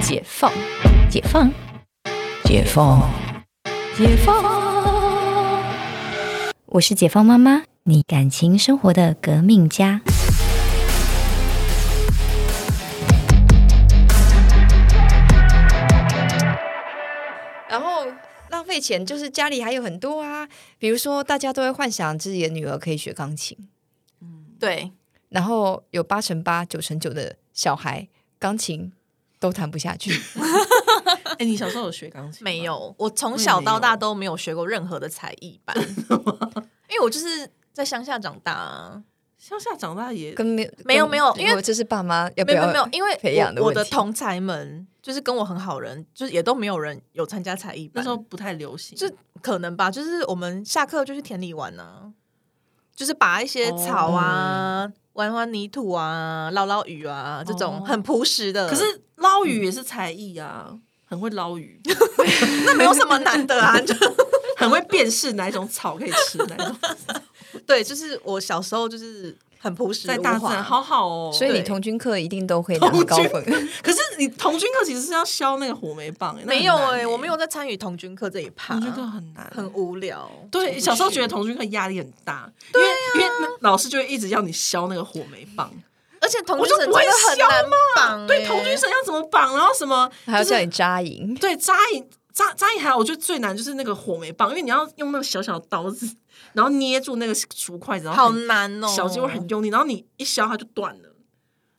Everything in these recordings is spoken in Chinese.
解放，解放，解放，解放。我是解放妈妈，你感情生活的革命家。然后浪费钱就是家里还有很多啊，比如说大家都会幻想自己的女儿可以学钢琴，对，然后有八成八、九成九的小孩钢琴都弹不下 去。哎、你小时候有学钢琴？没，有，我从小到大都没有学过任何的才艺班， 因为我就是在乡下长大、啊。乡下长大也跟没没有没有因为这是爸妈要不没有要没有没有，因为培养的我问我的题同才们就是跟我很好人，就是也都没有人有参加才艺那班，时候不太流行，就可能吧，就是我们下课就去田里玩啊，就是拔一些草啊，玩玩泥土啊，捞捞鱼啊，这种哦很朴实的。可是嗯捞鱼也是才艺啊，很会捞鱼，那没有什么难的啊，就 很会辨识哪一种草可以吃，哪一种对，就是我小时候就是很朴实在无大自华然，好好哦。所以你对童军课一定都可以拿到高分，可是你童军课其实是要削那个火梅棒、欸，那很没有难哎、我没有在参与童军课这一趴，童军课很难，很无聊。对，小时候觉得童军课压力很大，因为、因为那老师就会一直要你削那个火梅棒，而且童我军就绳不真会的很削难绑、欸，对，童军绳要怎么绑，然后什么还要就是叫你扎 营。对扎营扎扎营还好，我觉得最难就是那个火梅棒，因为你要用那个小小的刀子，然后捏住那个竹筷子，然后好很难哦、小鸡会很用力，然后你一削它就断了，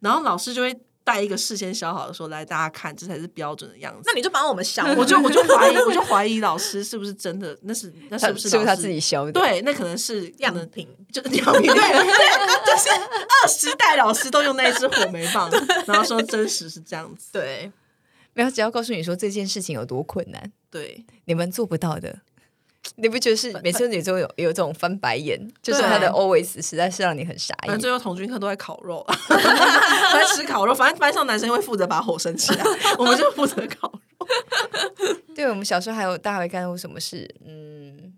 然后老师就会带一个事先削好的说来大家看，这才是标准的样子那。你就帮我们削，我就我就怀疑，我就怀疑老师是不是真的，那是那他是不是是不是老他师自己削的？对，那可能是可能样品。就两瓶，对，对就是二十代老师都用那一支火梅棒，然后说真实是这样子， 对，没有，只要告诉你说这件事情有多困难，对，你们做不到的。你不觉得是每次女中有有这种翻白眼，就是对她啊的 always 实在是让你很傻反正眼。最后童军课都在烤肉， 都在吃烤肉，反正班上男生会负责把火升 起来，我们就负责烤肉。对我们小时候还有大家会干过什么事？嗯，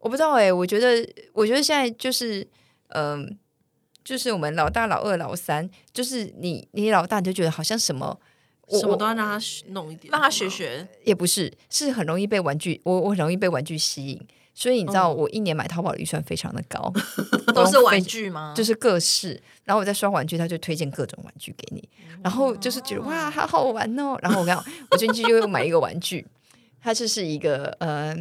我不知道哎、我觉得，我觉得现在就是，嗯、就是我们老大、老二、老三，就是你，你老大你就觉得好像什么，我什么都要让他学弄一点，让他学。学。也不是，是很容易被玩具，我我很容易被玩具吸引，所以你知道，哦我一年买淘宝的预算非常的高，都是玩非具吗？就是是各式。然后我在刷玩具，他就推荐各种玩具给你，哦然后就是觉得哇，好好玩哦。然后我刚好我进去就又买一个玩具，它就是一个呃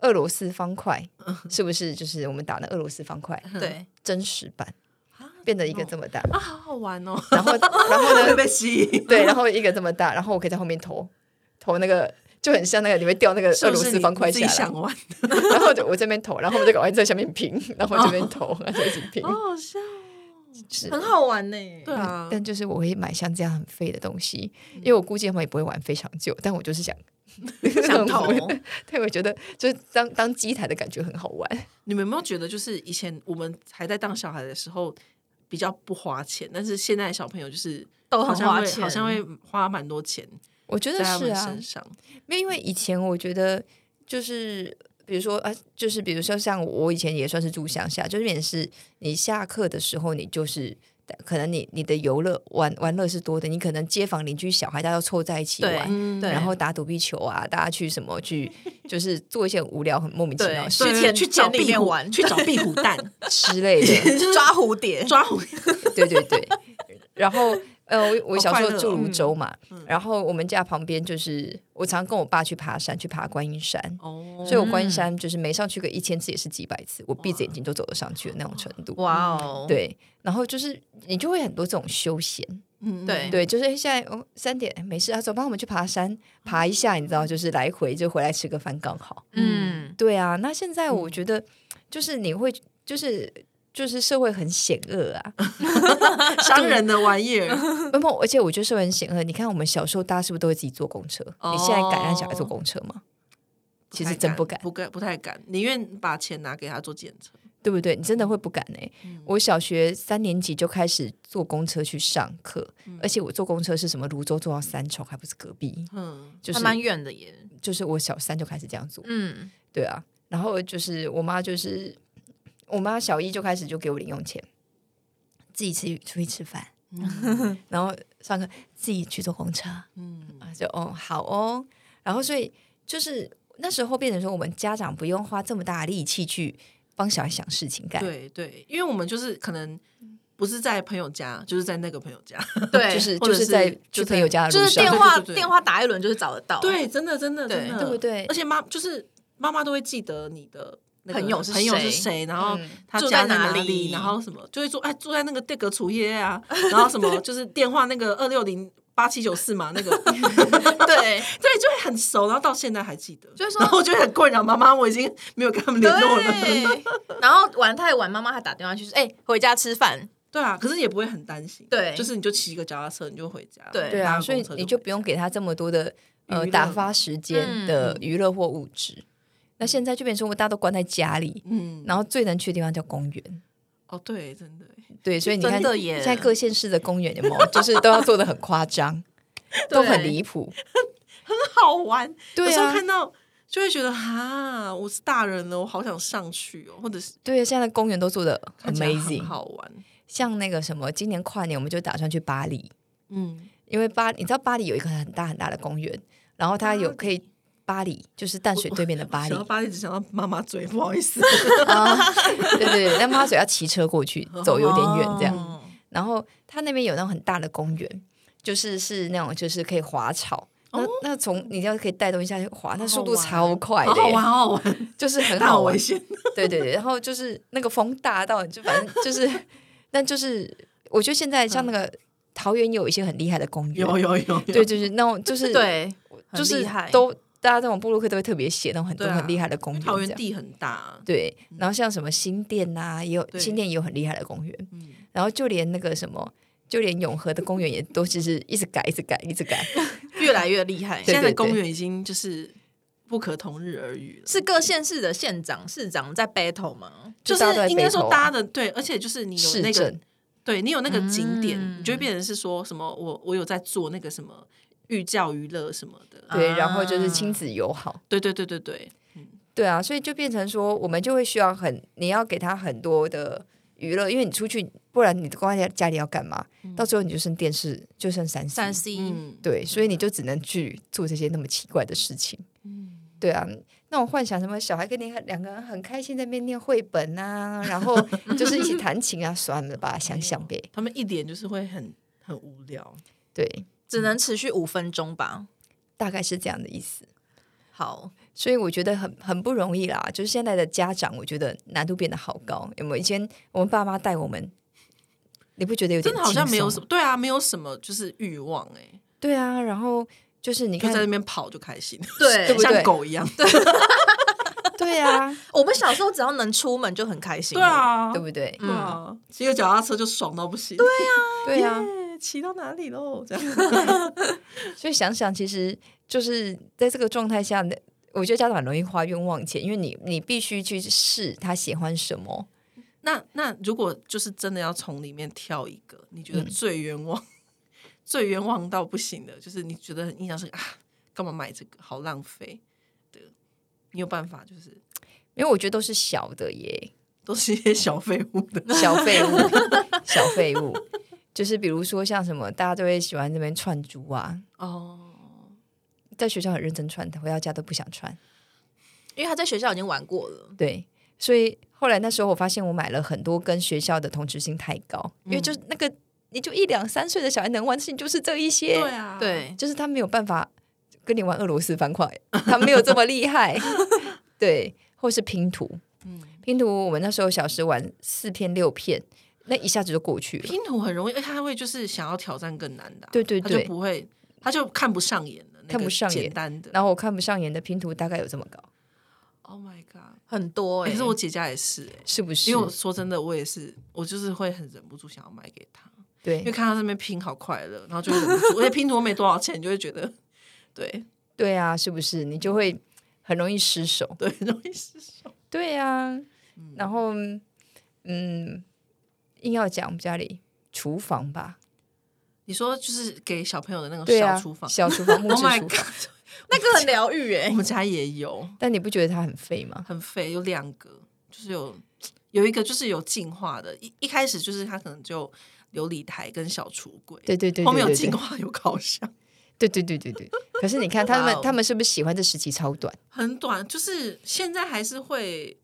俄罗斯方块，嗯是不是就是我们打的俄罗斯方块对，真实版，变得一个这么大，啊，好好玩哦！然后然后会呢， 被吸引，对，然后一个这么大，然后我可以在后面投投那个。就很像那个你会掉那个是俄不罗是斯你方块自下己来，想哦玩？然后我就我这边投，然后我们就赶快在下面拼，然后我这边投，然后就一直拼。哦好笑。是很好玩呢、嗯对啊，但就是我会买像这样很废的东西，因为我估计他们也不会玩非常久，但我就是 想想投 对，我觉得就是当当机台的感觉很好玩。你们有没有觉得，就是以前我们还在当小孩的时候比较不花钱，但是现在的小朋友就是都好很像花会钱，好像 会哦花蛮多钱我觉在得他是们啊身，上。没有因为以前我觉得就是。比如说啊，就是比如说像我以前也算是住乡下，就是也是你下课的时候，你就是可能你你的游乐玩玩乐是多的，你可能街坊邻居小孩大家都凑在一起玩，嗯对对，然后打躲避球啊，大家去什么去，就是做一些很无聊、很莫名其妙的对事去对田去找田里壁面虎玩去找壁虎 蛋，之类 的。抓蝴蝶，抓虎。对对对，然后呃，我我好小快时候乐住哦泸嗯州嘛，然后我们家旁边就是我常跟我爸去爬山，去爬观音山。 哦所以我观音山就是没上去个一千次也是几百次，我闭着眼睛都走得上去的那种程度。哇哦，对，然后就是你就会很多这种休闲，嗯对对，就是诶现在哦三点诶没事啊，走吧，我们去爬山，爬一下，你知道，就是来回就回来吃个饭刚好。嗯，对啊，那现在嗯我觉得就是你会就是。就是社会很险恶啊， 商人的玩意儿，不不，而且我觉得社会很险恶。你看我们小时候，大家是不是都会自己坐公车？你现在敢让小孩坐公车吗？其实真不不敢，不敢，不太敢，宁愿把钱拿给他做检测。对不对？你真的会不敢呢、我小学三年级就开始坐公车去上课，而且我坐公车是什么？泸州坐到三重，还不是隔壁？嗯，就还是蛮远的耶，就是我小三就开始这样做，嗯，对啊。然后就是我妈就是我妈小一就开始就给我零用钱，自己吃出去吃饭。 然后上课自己去做红茶，嗯，啊，就哦好哦，然后所以就是那时候变成说，我们家长不用花这么大的力气去帮小孩想事情干，对对，因为我们就是可能不是在朋友家，就是在那个朋友家。嗯对，就是或就者是是在 就去是朋友家的就路是上，电话对对对电话打一轮就是找得到啊，对，真的真的对真的，对不对而且妈就是妈妈都会记得你的。那个朋友是朋友谁是谁？然后嗯他住家在在哪哪里然后什么就会说，哎，住在那个这个楚耶啊，然后什 么就是电话那个二六零八七九四嘛，那个对，对，就会很熟，然后到现在还记得，就是说然后我觉得很困扰，妈妈，我已经没有跟他们联络了，对，然后玩太晚，妈妈还打电话去说：“哎、回家吃饭。对啊，可是也不会很担心，对就是你就骑个脚踏车你就回家了，对对啊，搭所以公车你回就不用给他这么多的呃娱乐打发时间的嗯娱乐或物质。那现在就变成说大家都关在家里，嗯，然后最能去的地方叫公园。哦对，真的，对，所以你看真的耶现在各县市的公园有没有，就是都要做的很夸张，都很对离谱。好玩，有 对时候啊，看到就会觉得哈，我是大人了，我好想上去哦，或者是对，啊现在的公园都做的看起来很 amazing。好玩，像那个什么，今年跨年我们就打算去巴黎，嗯，因为巴，你知道巴黎有一个很大很大的公园，然后它有可以巴黎就是淡水对面的巴想黎到巴黎只想到妈妈嘴，不好意思，啊，对对对，但妈嘴要骑车过去，走有点远这样。哦然后它那边有那种很大的公园，就是是那种就是可以滑草。哦那那从你要可以带动一下去滑，那速度超快好的好耶，玩，哦好好 玩，就是 很但好好玩危。险，对对对，然后就是那个风大到，就反正就是， 但就是我觉得现在像那个桃园也有一些很厉害的公园，嗯有有有，有对，就是那种 就是对，就很是厉害都大家这种布洛克都会特别写那种很多对啊很厉害的公园，桃园这样地很大，啊对，然后像什么新店呐、也有嗯对新店也有很厉害的公园，嗯然后就连那个什么，就连永和的公园也都其实一直改，一直改，一直改。越来越厉害。对现在的公园已经就是不可同日而语了。是各县市的县长、市长在 battle 吗？就就是大家都在应该说 battle 啊搭的对，而且就是你有市那个政对你有那个景点，嗯你就会变成是说什么我我有在做那个什么寓教于乐什么的，对，啊然后就是亲子友好，对对对对对，对啊，所以就变成说，我们就会需要很，你要给他很多的娱乐，因为你出去，不然你关在家里要干嘛？到最后你就剩电视，就剩三 C 三 C，、嗯，对，所以你就只能去做这些那么奇怪的事情。嗯对啊，那我幻想什么小孩跟你两个人很开心在那边念绘本啊，然 后就是一起弹琴啊，算了吧，想想呗。他们一点就是会很很无聊，对，只能持续五分钟吧。大概是这样的意思。好，所以我觉得很很不容易啦，就是现在的家长，我觉得难度变得好高。有没有以前我们爸妈带我们，你不觉得有点真的好像没有什么？么，对啊，没有什么就是欲望哎、对啊，然后就是你就看在，那边跑就开心，对对不对像狗一样，对对 啊，我们小时候只要能出门就很开心。，啊，对不对？对啊，骑个脚踏车就爽到不行，对啊，对啊，骑到哪里喽？这样，所以想想，其实就是在这个状态下，那我觉得家长很容易花冤枉钱，因为你你必须去试他喜欢什么。那那如果就是真的要从里面挑一个，你觉得嗯最冤枉、 最冤枉到不行的，就是你觉得很印象深刻啊，干嘛买这个，好浪费的，你有办法就是因为我觉得都是小的耶，都是一些小废物的，小废物，小废物，就是比如说像什么，大家都会喜欢那边串珠啊，哦，在学校很认真串，回到家都不想串。因为他在学校已经玩过了。对，所以后来那时候我发现我买了很多跟学校的同质性太高，因为就是那个你就一两三岁的小孩能玩的事情就是这一些，对啊，，对，就是他没有办法跟你玩俄罗斯方块，他没有这么厉 害。对，或是拼图，嗯，拼图我们那时候小时玩四片六片，那一下子就过去了。拼图很容易，哎，他会就是想要挑战更难的啊、对对他对就不会，他就看不上眼了，那看个不上眼简单的。然后我看不上眼的拼图大概有这么高， Oh my god！、很多哎哎、可是我姐家也是、哎，是不是？因为我说真的，我也是，我就是会很忍不住想要买给她，因为对看她那边拼好快乐，然后就会忍不住，而且 拼图没多少钱，你就会觉得， 对对啊，是不是？你就会很容易失手。对，容易失手。对啊，然后嗯，硬要讲我们家里厨房吧，你说就是给小朋友的那种对哦小啊，厨房、小厨房、木 o 质 h my 厨房。 god！那个很疗愈我 哎，们家也有，但你不觉得它很废吗？很废，有两个，就是有有一个就是有进化的，一一开始就是他可能就琉璃台跟小橱柜，对对对后面对对有进对化有烤箱，对对对对对。可是你看他们哇哦，他们是不是喜欢这时期超短？很短，就是现在还是会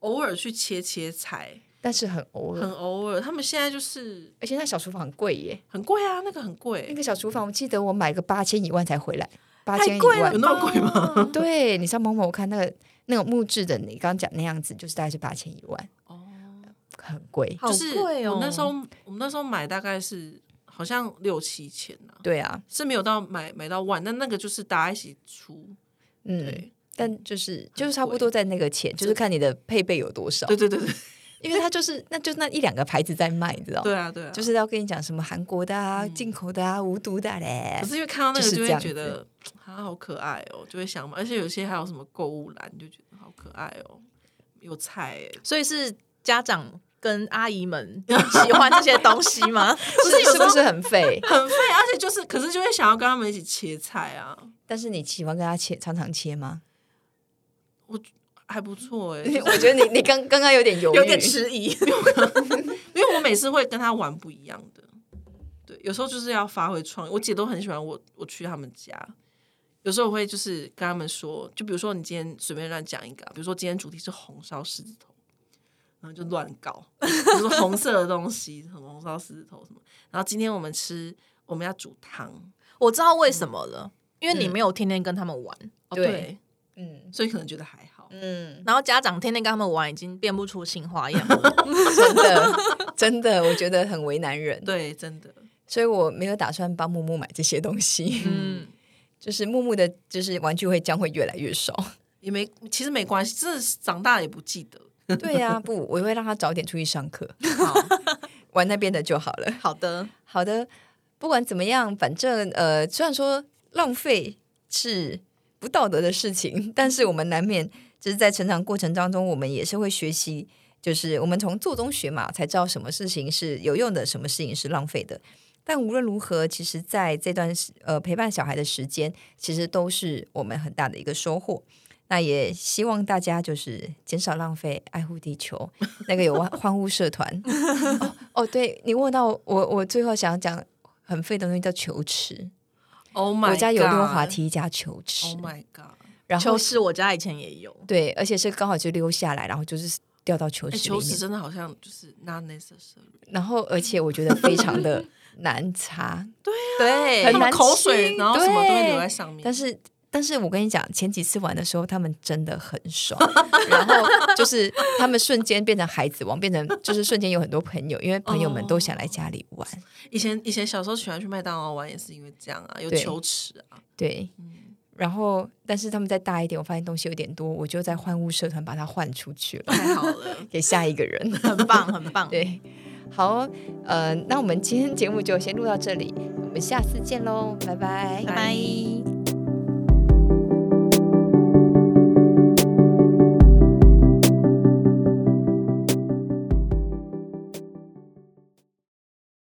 偶尔去切切菜，但是很偶很尔，偶尔。他们现在就是而且那小厨房很贵耶。很贵啊，那个很贵，那个小厨房，我记得我买个八千一万才回来，八千太一贵了，万有。那么贵吗？对，你上某某看那个那种木质的，你刚刚讲那样子，就是大概是八千一万，哦，很贵。好就是贵哦我那时候我们那时候买大概是好像六七千啊，对啊，是没有到买买到万，但那个就是大家一起出，嗯，对但就是就是差不多在那个钱，就是看你的配备有多少对，对对对因为它就是那就是那一两个牌子在卖，你知道吗对？嗯啊对啊，就是要跟你讲什么韩国的啊、进口的啊、无毒的嘞可。是因为看到那就是个就这会样觉子得啊好可爱哦，就会想买，而且有些还有什么购物篮，就觉得好可爱哦，有菜欸耶，所以是家长跟阿姨们喜欢这些东西 吗？不是是不是很废？ 很费，而且就是可是就会想要跟他们一起切菜啊，但是你喜欢跟他切，常常切吗？还不错哎， 我觉得你你刚刚刚有点犹豫，有点迟疑。因为我每次会跟他玩不一样的，对，有时候就是要发挥创意。我姐都很喜欢我，我去他们家，有时候我会就是跟他们说，就比如说你今天随便乱讲一个啊，比如说今天主题是红烧狮子头，然后就乱搞， 比如说红色的东西，什么红烧狮子头什么，然后今天我们吃，我们要煮汤，我知道为什么了，因为你没有天天跟他们玩，哦对对，嗯所以可能觉得还好，嗯，然后家长天天跟他们玩，已经变不出新花样了。真的 真的，我觉得很为难人。对，真的，所以我没有打算帮木木买这些东西。嗯，就是木木的，就是玩具会将会越来越少。 也没其实没关系，真的是长大了也不记得。对呀、不，我会让他早点出去上课，好，玩那边的就好了。好的，好的，不管怎么样，反正呃，虽然说浪费是不道德的事情，但是我们难免就是在成长过程当中，我们也是会学习，就是我们从做中学嘛，才知道什么事情是有用的，什么事情是浪费的。但无论如何，其实在这段时呃陪伴小孩的时间，其实都是我们很大的一个收获。那也希望大家就是减少浪费，爱护地球。那个有欢欢呼社团，哦，对你问到我，我最后想讲很废的东西叫球池。 Oh my，我家有溜 God 滑。梯加球池 Oh my god！然后球是我家以前也有，对，而且是刚好就溜下来，然后就是掉到球哎，池求里死面，真的好像就是 not necessary，然后而且我觉得非常的难擦，对，很他们难口水，清然后什么都会留对在上面。但是。但是我跟你讲，前几次玩的时候，他们真的很爽，然后就是他们瞬间变成孩子王，变成就是瞬间有很多朋友，因为朋友们都想来家里玩。以前以前小时候喜欢去麦当劳玩，也是因为这样啊，有对球池啊，对，然后但是他们再大一点，我发现东西有点多，我就在换物社团把它换出去 了，太好了。给下一个人。 很棒，很棒。对，好，呃，那我们今天节目就先录到这里，我们下次见喽，拜拜拜拜。